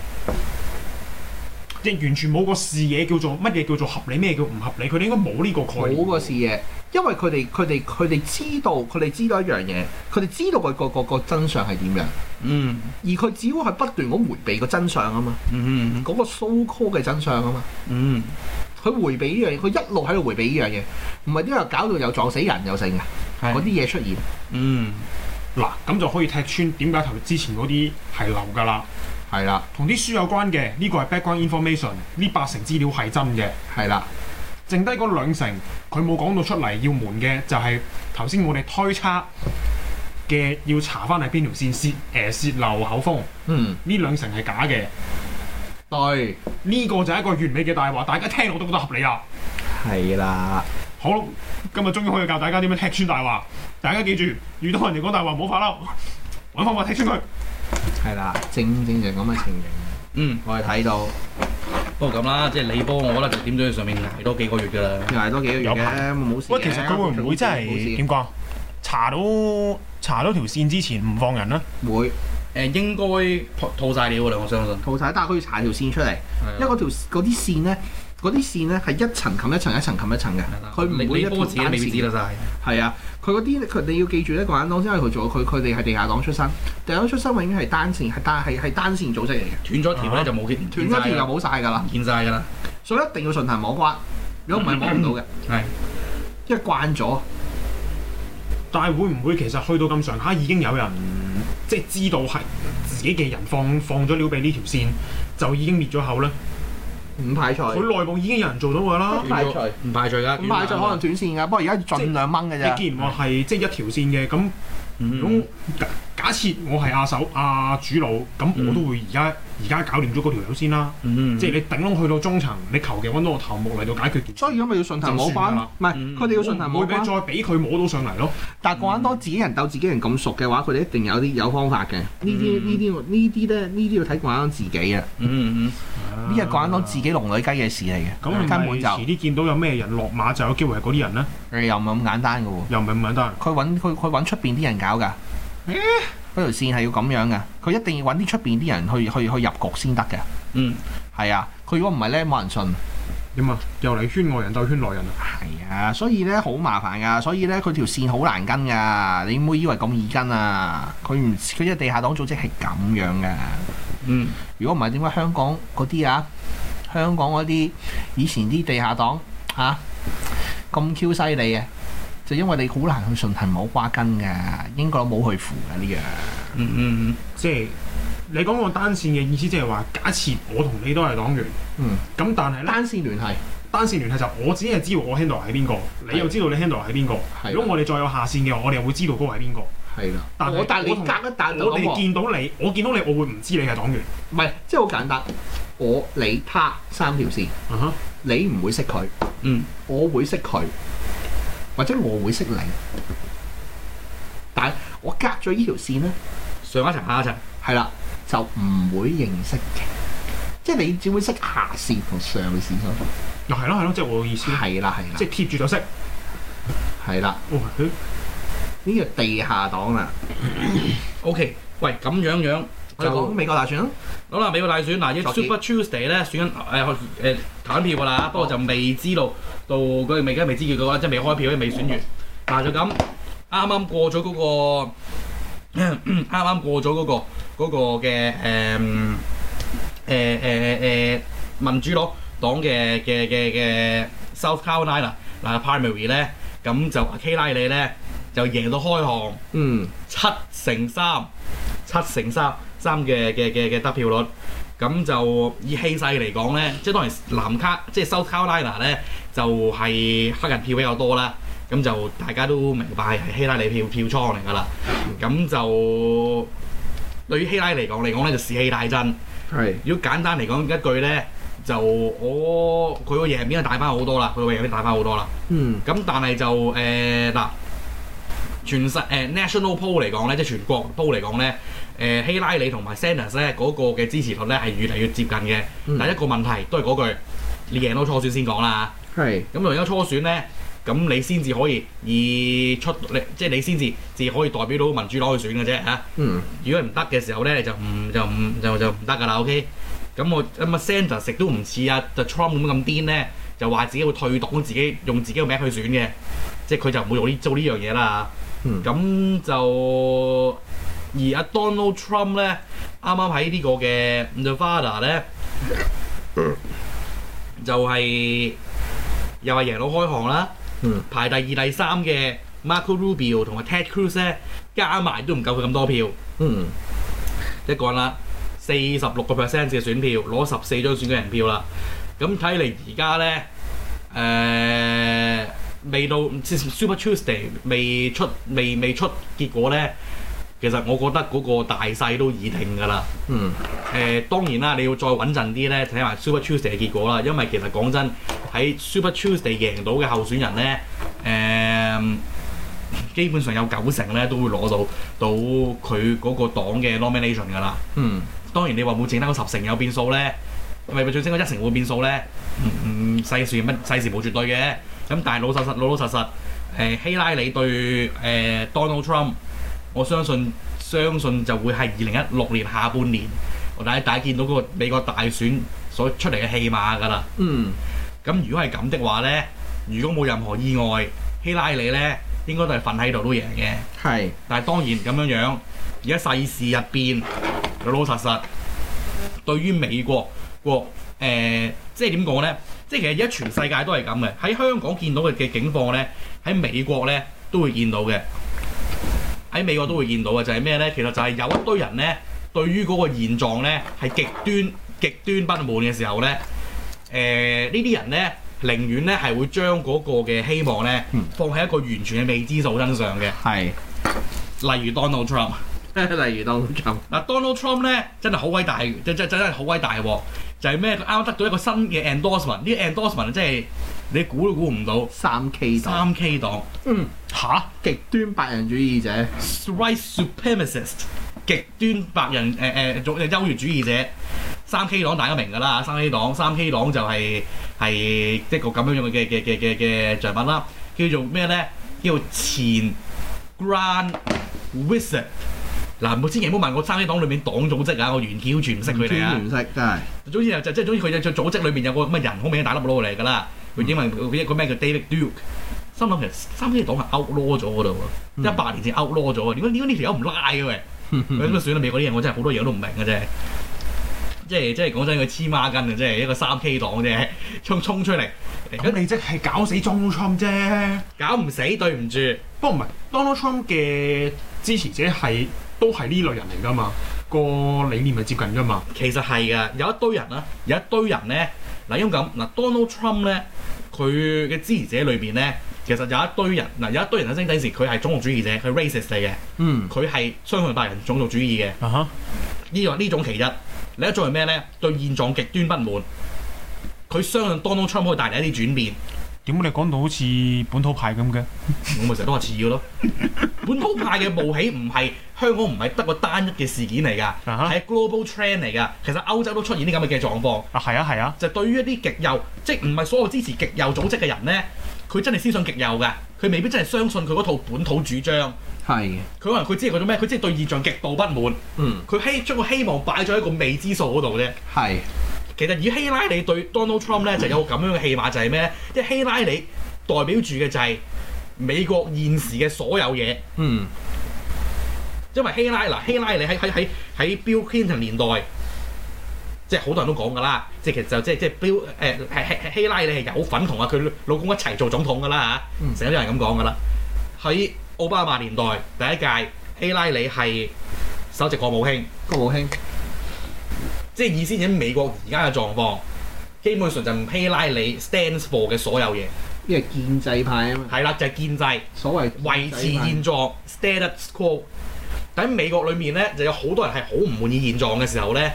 Speaker 2: 即係完全冇個視野叫做乜嘢叫做合理，咩叫唔合理。佢哋應該冇呢個概念。
Speaker 3: 冇個視野，因為佢哋佢哋佢哋知道佢哋知道一樣嘢，佢哋知道個個個個真相係點樣，
Speaker 1: 嗯
Speaker 3: 而佢只會係不斷咁迴避個真相啊嘛，
Speaker 1: 嗯哼
Speaker 3: 嗰、個 so call 嘅真相啊嘛。
Speaker 1: 嗯
Speaker 3: 佢迴避呢樣嘢，佢一路喺度迴避呢樣嘢，唔係因為搞到又撞死人又剩嘅
Speaker 1: 係
Speaker 3: 嗰啲嘢出現。
Speaker 1: 嗯
Speaker 2: 嗱，咁就可以踢穿點解頭之前嗰啲係流㗎啦。
Speaker 3: 係啦，
Speaker 2: 同啲書有關嘅，呢、個係 background information，呢八成資料係真嘅，
Speaker 3: 係啦，
Speaker 2: 剩低嗰兩成佢冇講到出嚟要瞞嘅，就係頭先我哋推測嘅要查翻係邊條線泄誒泄漏口風，
Speaker 3: 嗯，
Speaker 2: 呢兩成係假嘅，
Speaker 3: 對，
Speaker 2: 呢、個就係一個完美嘅大話，大家聽我都覺得合理啊啦。
Speaker 3: 係啦。
Speaker 2: 好，今日終於可以教大家點樣踢穿大話，大家記住，遇到人哋講大話唔好發嬲，揾方法踢穿佢。
Speaker 3: 係啦，正正就係咁嘅情形，
Speaker 1: 嗯，
Speaker 3: 我哋睇到
Speaker 1: 不過咁啦，即係你幫我覺得就點咗喺上面捱多幾個月㗎啦。
Speaker 3: 又係多幾個月
Speaker 2: 有
Speaker 3: 嘅，
Speaker 2: 排
Speaker 3: 冇事嘅
Speaker 4: 喂，啊其實佢會唔會真係點
Speaker 3: 冇
Speaker 4: 講啊？查到查到條線之前唔放人啦？
Speaker 3: 事會
Speaker 1: 誒應該套晒料㗎啦，我相信。
Speaker 3: 套晒，但係佢要搽條線出嚟，因為嗰條嗰啲線咧，嗰啲線咧係一層冚一層，一層冚一層嘅，佢唔會一
Speaker 1: 你
Speaker 3: 條
Speaker 1: 波自己
Speaker 3: 單
Speaker 1: 未必知
Speaker 3: 線。
Speaker 1: 得晒。
Speaker 3: 係啊，佢嗰啲佢你要記住咧，共產黨因為佢做佢佢哋係地下黨出身，地下黨出身永遠係單線係單係係單線組織嚟嘅，
Speaker 1: 斷咗條咧就冇見，
Speaker 3: 斷咗條又冇晒㗎啦，
Speaker 1: 唔見晒㗎啦。
Speaker 3: 所以一定要順藤摸瓜，如果唔係摸唔 到嘅，
Speaker 1: 係
Speaker 3: 因為慣咗
Speaker 2: 但係會唔會其實去到咁上下已經有人即係知道係自己嘅人放放咗料俾呢條線，就已經滅咗口咧？
Speaker 3: 唔排除，
Speaker 2: 佢內部已經有人做到㗎啦
Speaker 3: 唔。排除，
Speaker 1: 唔排除㗎，
Speaker 3: 唔排除可能短線㗎，不過而家盡量掹㗎
Speaker 2: 你
Speaker 4: 啊
Speaker 3: 啫。
Speaker 2: 既然話係啊即係一條線嘅，咁
Speaker 1: 嗯
Speaker 2: 如果假假設我係阿首阿主腦，咁我
Speaker 1: 嗯
Speaker 2: 都會而家而家搞掂咗嗰條友先啦。
Speaker 1: 嗯
Speaker 2: 即係你頂窿去到中層，你求其揾到個頭目嚟到解決件事。
Speaker 3: 所以咁咪要順藤摸
Speaker 2: 就算㗎
Speaker 3: 關
Speaker 2: 啦，
Speaker 3: 唔係
Speaker 1: 嗯
Speaker 3: 佢哋要順藤
Speaker 2: 唔會
Speaker 3: 摸
Speaker 2: 俾
Speaker 3: 關。
Speaker 2: 再俾佢摸到上嚟咯。
Speaker 3: 但係共產黨自己人鬥自己人咁熟嘅話，佢哋一定有啲有方法嘅。呢啲
Speaker 1: 嗯
Speaker 3: 呢啲呢啲咧，呢啲要睇共產黨自己啊。
Speaker 1: 嗯嗯
Speaker 3: 呢係共產黨自己龍女雞嘅事嚟
Speaker 2: 啊咁
Speaker 3: 嘅，
Speaker 2: 係咪
Speaker 3: 根本
Speaker 2: 遲
Speaker 3: 就
Speaker 2: 啲見到有咩人落馬就有機會係嗰啲人咧，
Speaker 3: 你又唔係咁簡單嘅喎。
Speaker 2: 又唔係咁簡單。
Speaker 3: 佢揾佢佢揾出邊啲人搞㗎。嗰條線係要咁樣㗎，佢一定要揾啲出邊啲人去去去入局先得嘅。
Speaker 1: 嗯
Speaker 3: 係啊，佢如果唔係咧，冇人信。
Speaker 2: 點啊？又嚟圈外人鬥圈內人啊！
Speaker 3: 係啊，所以咧好麻煩㗎，所以咧佢條線好難跟㗎。你唔好以為咁易跟啊，佢唔佢只地下黨組織係咁樣㗎。
Speaker 1: 嗯
Speaker 3: 如果唔係點解香港嗰啲啊，香港嗰啲以前啲地下黨嚇咁 Q 犀利啊，就因為你好難去順藤摸瓜根㗎，英國佬冇去扶㗎呢樣，
Speaker 1: 嗯嗯
Speaker 2: 即係你講個單線嘅意思，即係話假設我同你都係黨員，
Speaker 3: 嗯，
Speaker 2: 咁但係咧
Speaker 3: 單線聯繫
Speaker 2: 單線聯繫就我只係知道我 handle 係邊個，你又知道你 handle 係邊個。
Speaker 3: 係
Speaker 2: 如果我哋再有下線嘅話，我哋又會知道嗰個係邊個。
Speaker 3: 係啦，
Speaker 2: 但係
Speaker 3: 我但係你
Speaker 2: 我同
Speaker 3: 隔一笪就
Speaker 2: 我
Speaker 3: 咁
Speaker 2: 哋
Speaker 3: 喎，
Speaker 2: 見到你，我見到你，我會唔知你係黨員。
Speaker 3: 唔係即係好簡單，我你他三條線，
Speaker 2: 啊哈
Speaker 3: 你唔會識佢，
Speaker 1: 嗯
Speaker 3: 我會識佢，或者我會識你，但係我隔咗呢條線咧。
Speaker 1: 上一層下一層，
Speaker 3: 係啦，就唔會認識嘅，即係你只會識下線同上線咯。
Speaker 2: 又係咯係咯，即係我嘅意思，
Speaker 3: 係啦，係
Speaker 2: 即
Speaker 3: 啦，
Speaker 2: 係貼住就識。
Speaker 3: 係啦，
Speaker 2: 哇！哦佢
Speaker 3: 呢個地下黨啊啦。
Speaker 1: OK，喂咁樣樣
Speaker 3: 我哋講
Speaker 1: 就
Speaker 3: 美國大選啦，
Speaker 1: 好啦，美國大選嗱，一
Speaker 3: 作結哦
Speaker 1: Super Tuesday 咧選緊誒誒投票㗎啦，不過就未知道到佢未而家未知結果啦，即係未開票，未選完。嗱就咁，啊啱啱過咗嗰、個， 啱啱過咗嗰、個嗰、個嘅誒誒誒誒民主黨嘅嘅嘅嘅 South Carolina 嗱 primary 咧，咁就阿 K 拉里咧就贏到開行
Speaker 3: 嗯，
Speaker 1: 七成三，七成三三嘅嘅嘅嘅得票率。咁就以氣勢嚟講咧，即係當然南卡即係 South Carolina 咧，就係、黑人票比較多啦。咁就大家都明白係希拉里票票倉嚟㗎啦。咁就對於希拉里嚟講嚟講咧，就士氣大振。
Speaker 3: 係
Speaker 1: 如果簡單嚟講一句咧，就我佢個贏面係大翻好多啦，佢個贏面大翻好多啦。
Speaker 3: 嗯
Speaker 1: 咁但係就呃誒嗱、全世誒、national poll 嚟講咧，即係全國 poll 嚟講咧，誒、希拉里同埋 Sanders 咧嗰個嘅支持率咧係越嚟越接近嘅。
Speaker 3: 嗯
Speaker 1: 但係一個問題都係嗰句，你贏到初選先講啦。
Speaker 3: 係
Speaker 1: 咁而家初選咧，咁你先至可以以出你即係你先至至可以代表到民主黨去選嘅啫啊嚇。
Speaker 3: 嗯
Speaker 1: 如果唔得嘅時候咧，你就唔就唔就就唔得㗎啦。OK，咁我咁啊 Sanders 食都唔似啊 The Trump 咁咁癲咧，就話自己會退黨，自己用自己個名去選嘅，即係佢就唔會做呢做呢樣嘢啦。
Speaker 3: 嗯
Speaker 1: 咁就而阿 Donald Trump 咧，啱啱喺呢個嘅 Nevada 咧，就係、又係贏到開行啦。
Speaker 3: 嗯
Speaker 1: 排第二、第三嘅 Marco Rubio 同埋 Ted Cruz 咧，加埋都唔夠佢咁多票。
Speaker 3: 嗯
Speaker 1: 一個人啦，四十六個 percent 嘅選票，攞十四張選舉人票啦。咁睇嚟而家咧，誒、未到即係 Super Tuesday 未出未未出結果咧，其實我覺得嗰個大勢都已定㗎啦。
Speaker 3: 嗯
Speaker 1: 誒、當然啦，你要再穩陣啲咧，睇埋 Super Tuesday 嘅結果啦。因為其實講真，喺 Super Tuesday 贏到嘅候選人咧，誒、基本上有九成咧都會攞到到佢嗰個黨嘅 nomination 㗎啦。
Speaker 3: 嗯
Speaker 1: 當然你話冇剩得嗰十成有變數咧，咪咪最升嗰一成會變數咧？唔唔世事乜世事冇絕對嘅，咁但係老實實老老實實，誒、希拉里對誒、Donald Trump，我相信相信就會係二零一六年下半年，大家大家見到嗰個美國大選所出嚟嘅戲碼㗎啦。
Speaker 3: 嗯
Speaker 1: 咁如果係咁的話咧，如果冇任何意外，希拉里咧應該都係瞓喺度都贏嘅。
Speaker 3: 係
Speaker 1: 但係當然咁樣樣，而家世事入邊，老老實實，對於美國國誒、即係點講呢？即係其實而家全世界都係咁嘅。喺香港見到嘅嘅境況呢，喺美國呢都會見到嘅。喺美國都會見到嘅就係咩呢？其實就係有一堆人呢，對於嗰個現狀呢係極端極端不滿嘅時候呢，誒呢啲人呢，寧願呢係會將嗰個嘅希望呢
Speaker 3: 嗯
Speaker 1: 放喺一個完全嘅未知數身上嘅。
Speaker 3: 係，
Speaker 1: 例如 Donald Trump。
Speaker 3: 例如當咁
Speaker 1: 嗱，Donald Trump 咧真係好偉大，真真真係好偉大喎！就係咩？佢啱啱得到一個新嘅 endorsement，呢個 endorsement 真係你估都估唔到，
Speaker 3: 三 K 黨，
Speaker 1: 三 K 黨
Speaker 3: 嗯，
Speaker 4: 吓？
Speaker 3: 極端白人主義者，
Speaker 1: ，right supremacist，極端白人呃誒誒種優越主義者。三 K 黨大家明㗎啦，三 K 黨，三 K 黨就係、係一個咁樣樣嘅嘅嘅嘅嘅象品啦，叫做咩咧？叫做前 Grand Wizard。嗱，唔好千祈唔好問我三 K 黨裏面黨組織啊，我完全完全唔識佢哋啊
Speaker 3: 專。唔識真係，
Speaker 1: 總之就就即係總之佢就組織裏面有個咁嘅人，好明顯大粒佬嚟㗎啦。佢英文佢一個咩叫 David Duke，心諗其實三基黨係 outlaw 咗嗰度喎，一百年前 outlaw 咗啊！點解點解呢條友唔拉嘅喂？佢
Speaker 3: 嗯
Speaker 1: 咁啊算啦，美國啲嘢我真係好多嘢我都唔明嘅啫。即係即係講真，佢黐孖筋啊！即係一個三 K 黨啫，衝衝出嚟，
Speaker 2: 咁你即係搞死 Donald Trump 啫。
Speaker 1: 搞唔死，對唔住。
Speaker 2: 不過唔係 Donald Trump 嘅支持者係都係呢類人嚟㗎嘛，個理念係接近㗎嘛。
Speaker 1: 其實係嘅，有一堆人啦，有一堆人咧，嗱因為咁嗱 Donald Trump 咧，佢嘅支持者裏邊咧，其實有一堆人嗱，有一堆人喺星底時佢係種族主義者，佢 racist 嚟嘅，
Speaker 3: 嗯
Speaker 1: 佢係相信白人種族主義嘅，
Speaker 4: 啊哈！
Speaker 1: 呢個呢種其一。另一種係咩咧？對現狀極端不滿，佢相信 Donald Trump 可以帶嚟一啲轉變，
Speaker 4: 點解你講到好似本土派咁嘅？啊
Speaker 1: 我咪成日都話次要咯。本土派嘅冒起唔係香港唔係得個單一嘅事件嚟㗎，係、
Speaker 4: 哈
Speaker 1: global trend 嚟㗎。其實歐洲都出現啲咁嘅狀況。
Speaker 4: 啊，係啊，係啊，
Speaker 1: 就對於一啲極右，即係唔係所有支持極右組織嘅人呢，佢真係思想極右嘅，佢未必真係相信佢嗰套本土主張。
Speaker 3: 係嘅，
Speaker 1: 佢可能佢知係嗰種咩，佢即係對現象極度不滿，
Speaker 3: 嗯
Speaker 1: 佢希將個希望擺咗喺個未知數嗰度啫。
Speaker 3: 係，
Speaker 1: 其實以希拉里對 Donald Trump 呢，就有個咁樣嘅戲碼，就係咩呢？即係希拉里代表住嘅就係美國現時嘅所有嘢，
Speaker 3: 嗯
Speaker 1: 因為希拉嗱希拉里喺喺喺喺 Bill Clinton 年代，即係好多人都講㗎啦，即係其實就即係即係標誒係係希拉里係有份同啊佢老公一齊做總統㗎啦
Speaker 3: 嗯
Speaker 1: 嚇，成日都有人咁講㗎啦。喺奧巴馬年代第一屆，希拉里係首席國務卿，
Speaker 3: 高武興
Speaker 1: 即係意思喺美國而家嘅狀況，基本上就唔希拉里 stands for 嘅所有嘢，
Speaker 3: 因為建制派啊嘛，
Speaker 1: 係啦就係、建制
Speaker 3: 所謂
Speaker 1: 維持現
Speaker 3: 建制
Speaker 1: 狀 status quo。但喺美國裏面咧，就有好多人係好唔滿意現狀嘅時候咧，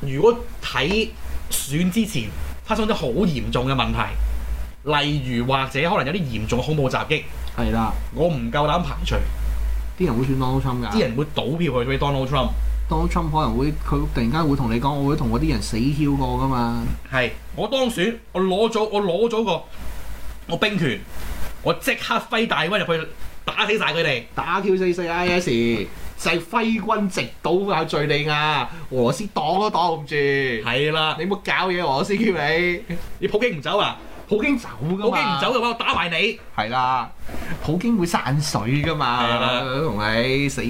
Speaker 1: 如果睇選之前發生咗好嚴重嘅問題，例如或者可能有啲嚴重嘅恐怖襲擊，
Speaker 3: 派係啦，
Speaker 1: 我唔夠膽排除
Speaker 3: 啲人會選 Donald Trump 㗎。
Speaker 1: 啲人會倒票去俾 Donald Trump。
Speaker 3: Donald Trump 可能會佢突然間會同你講，我會同嗰啲人死翹過㗎嘛。
Speaker 1: 係我當選，我攞咗我攞咗個我兵權，我即刻揮大軍入去打死晒佢哋。
Speaker 3: 打 Q 四四 IS 就係揮軍直倒啊敍利亞，俄羅斯擋都擋唔住。
Speaker 1: 係啦，
Speaker 3: 你冇搞嘢，俄羅斯叫你，
Speaker 1: 你普京唔走啊？
Speaker 3: 普京走
Speaker 1: 普
Speaker 3: 㗎
Speaker 1: 京唔
Speaker 3: 嘛。
Speaker 1: 走嘅話，我打埋你。
Speaker 3: 係啦，普京會散水噶
Speaker 1: 係
Speaker 3: 嘛
Speaker 1: 啦，
Speaker 3: 同你死。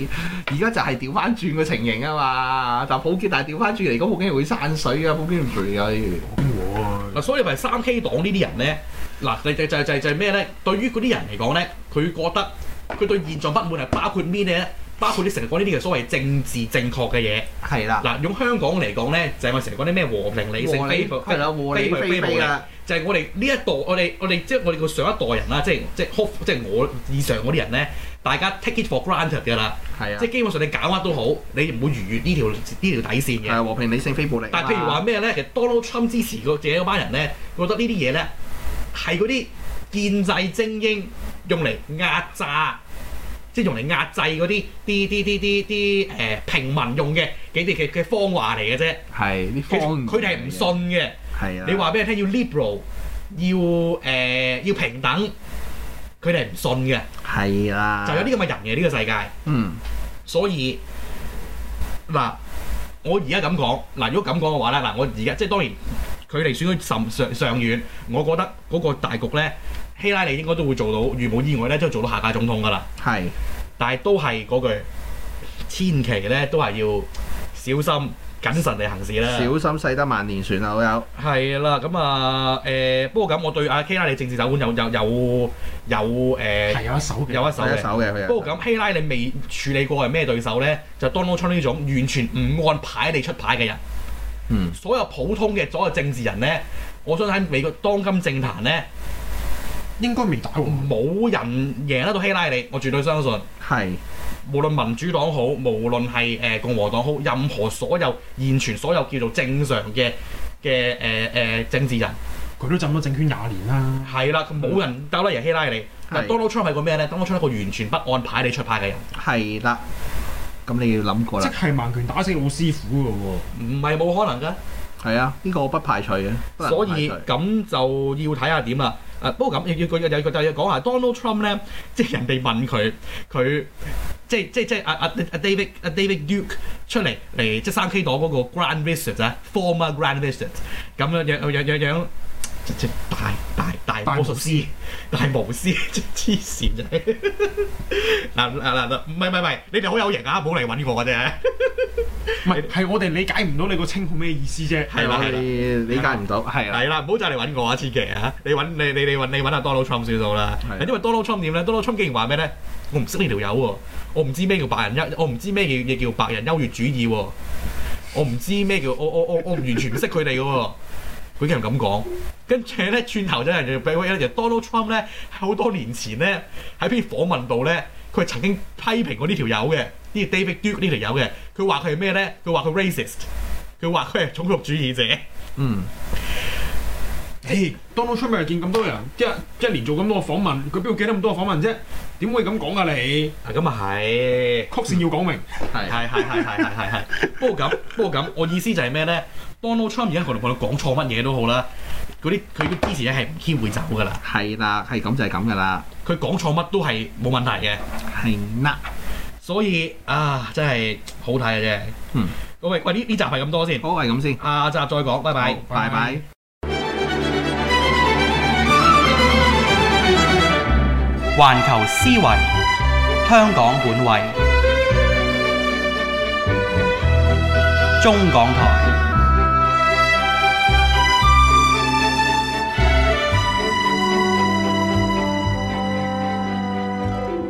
Speaker 3: 而家就係調翻轉個情形啊嘛，但普京但係調翻轉嚟講，普京係會散水噶，普京唔哎陪你。
Speaker 2: 哦
Speaker 1: 嗱，所以咪三 K 黨呢啲人咧，嗱，你就就就就係咩咧？對於嗰啲人嚟講咧，佢覺得佢對現狀不滿係包括咩咧？包括你成日講呢啲嘅所謂政治正確嘅嘢。
Speaker 3: 係啦，
Speaker 1: 嗱，用香港嚟講咧，就係我成日講啲咩和平理性
Speaker 3: 和
Speaker 1: 非
Speaker 3: 你係啦，和你非非啦，
Speaker 1: 就係我哋呢一代，我哋我哋即係我哋個上一代人啦，即係即係 hope- 即係我以上嗰啲人咧，大家 take it for granted 嘅啦，
Speaker 3: 係啊
Speaker 1: 即，係基本上你搞乜都好，你唔會逾越呢條呢條底線嘅。
Speaker 3: 係和平理性非暴力啊嘛。
Speaker 1: 但係譬如話咩咧，其實 Donald Trump 支持個自己嗰班人咧，覺得呢啲嘢咧係嗰啲建制精英用嚟壓榨，即係用嚟壓制嗰啲啲啲啲啲啲誒平民用嘅幾啲嘅嘅方話嚟嘅啫，
Speaker 3: 係啲
Speaker 1: 佢
Speaker 3: 方言嚟嘅，
Speaker 1: 佢哋係唔信嘅。
Speaker 3: 係啊，
Speaker 1: 你話俾人聽要 liberal，要誒、呃要平等，佢哋係唔信嘅，
Speaker 3: 係啦，
Speaker 1: 就有啲咁嘅人嘅呢、個世界。
Speaker 3: 嗯
Speaker 1: 所以嗱，我而家咁講嗱，如果咁講嘅話咧，嗱，我而家即係當然佢哋選舉甚上上遠，我覺得嗰個大局咧，希拉里應該都會做到，如無意外咧，都做到下屆總統噶啦。
Speaker 3: 係
Speaker 1: 但係都係嗰句，千祈咧都係要小心謹慎嚟行事啦。
Speaker 3: 小心駛得萬年船啊，老友。
Speaker 1: 係啦，咁啊，誒、不過咁，我對阿希拉里政治手腕有有有有誒、
Speaker 2: 係啊
Speaker 4: 啊
Speaker 2: 有一手嘅，
Speaker 1: 有一手
Speaker 3: 第一
Speaker 1: 嘅。
Speaker 3: 手嘅佢又
Speaker 1: 不過咁，希拉里未處理過係咩對手呢？就 Donald Trump 呢種完全唔按牌理出牌嘅人。
Speaker 3: 嗯
Speaker 1: 所有普通嘅所有政治人呢，我相信喺美國當今政壇呢，
Speaker 2: 應該未打喎。
Speaker 1: 冇人贏得到希拉里，我絕對相信。
Speaker 3: 係
Speaker 1: 無論民主黨好，無論係誒、呃共和黨好，任何所有現存所有叫做正常嘅嘅誒誒政治人。
Speaker 2: 佢都浸咗政圈廿年啦，
Speaker 1: 係啦，冇人鬥得贏希拉里。但
Speaker 3: 係
Speaker 1: Donald Trump 係個咩咧？Donald Trump 係一個完全不按牌理出牌嘅人，
Speaker 3: 係啦，咁你要諗過
Speaker 2: 即
Speaker 3: 啦。
Speaker 2: 係盲拳打死老師傅嘅喎。
Speaker 1: 唔係冇可能㗎。
Speaker 3: 係啊，呢個我不排除嘅，不能
Speaker 1: 所
Speaker 3: 排
Speaker 1: 以
Speaker 3: 除
Speaker 1: 咁就要睇下點啦。誒、不過咁要要要要要講下 Donald Trump 咧，即係人哋問佢，佢即係即係即係啊阿阿阿 David 阿 David Duke 出嚟嚟即係三 K 黨嗰個 Grand Visit 啊，former Grand Visit 咁樣樣樣樣樣。即即大大大
Speaker 2: 大
Speaker 1: 魔
Speaker 2: 巫
Speaker 1: 術師，大巫師，即黐線嘅。 嗱嗱嗱嗱，唔係唔係唔係，你哋好有型啊，唔好嚟揾我嘅啫。
Speaker 2: 唔係，係我哋理解唔到你個稱號咩意思啫。
Speaker 1: 係啦
Speaker 3: 我
Speaker 1: 係啦
Speaker 3: 哋理解唔到，係啦，
Speaker 1: 係啦，唔好再嚟揾我啊，千祈啊！你揾你你你揾你揾阿 Donald Trump 算數啦
Speaker 3: 係啊。
Speaker 1: 因為 Donald Trump 點咧？Donald Trump 竟然話咩咧？我唔識呢條友喎，我唔知咩叫白人優，我唔知咩嘢嘢叫白人優越主義喎，我唔知咩叫我我我我完全唔識佢哋嘅喎。佢竟然咁講，跟住咧轉頭真係就俾人就 Donald Trump 咧，好多年前咧喺篇訪問度咧，佢曾經批評過呢條友嘅，呢個 David Duke 呢條友嘅，佢話佢係咩咧？佢話佢 racist，佢話佢係種族主義者。
Speaker 3: 嗯，
Speaker 2: 誒，Donald Trump 又見咁多人，一一年做咁多個訪問，佢邊度記得咁多個訪問啫？點會咁講㗎你？
Speaker 1: 啊，咁啊係。
Speaker 2: 曲線要講明，
Speaker 3: 係
Speaker 1: 係係係係係係係。不過咁，不過咁，我意思就係咩咧？Donald Trump 而家無論我哋講錯乜嘢都好啦，嗰啲佢啲支持者係唔牽會走噶啦。
Speaker 3: 係啦，係咁就係咁噶啦，
Speaker 1: 佢講錯乜都係冇問題嘅。
Speaker 3: 係啦，
Speaker 1: 所以啊，真係好睇嘅啫。
Speaker 3: 嗯。
Speaker 1: 咁喂喂，呢呢集係咁多先，
Speaker 3: 好係咁先，
Speaker 1: 下集再講，拜拜。
Speaker 2: 好
Speaker 3: 拜拜。
Speaker 5: 環球思維，香港本位，中港台。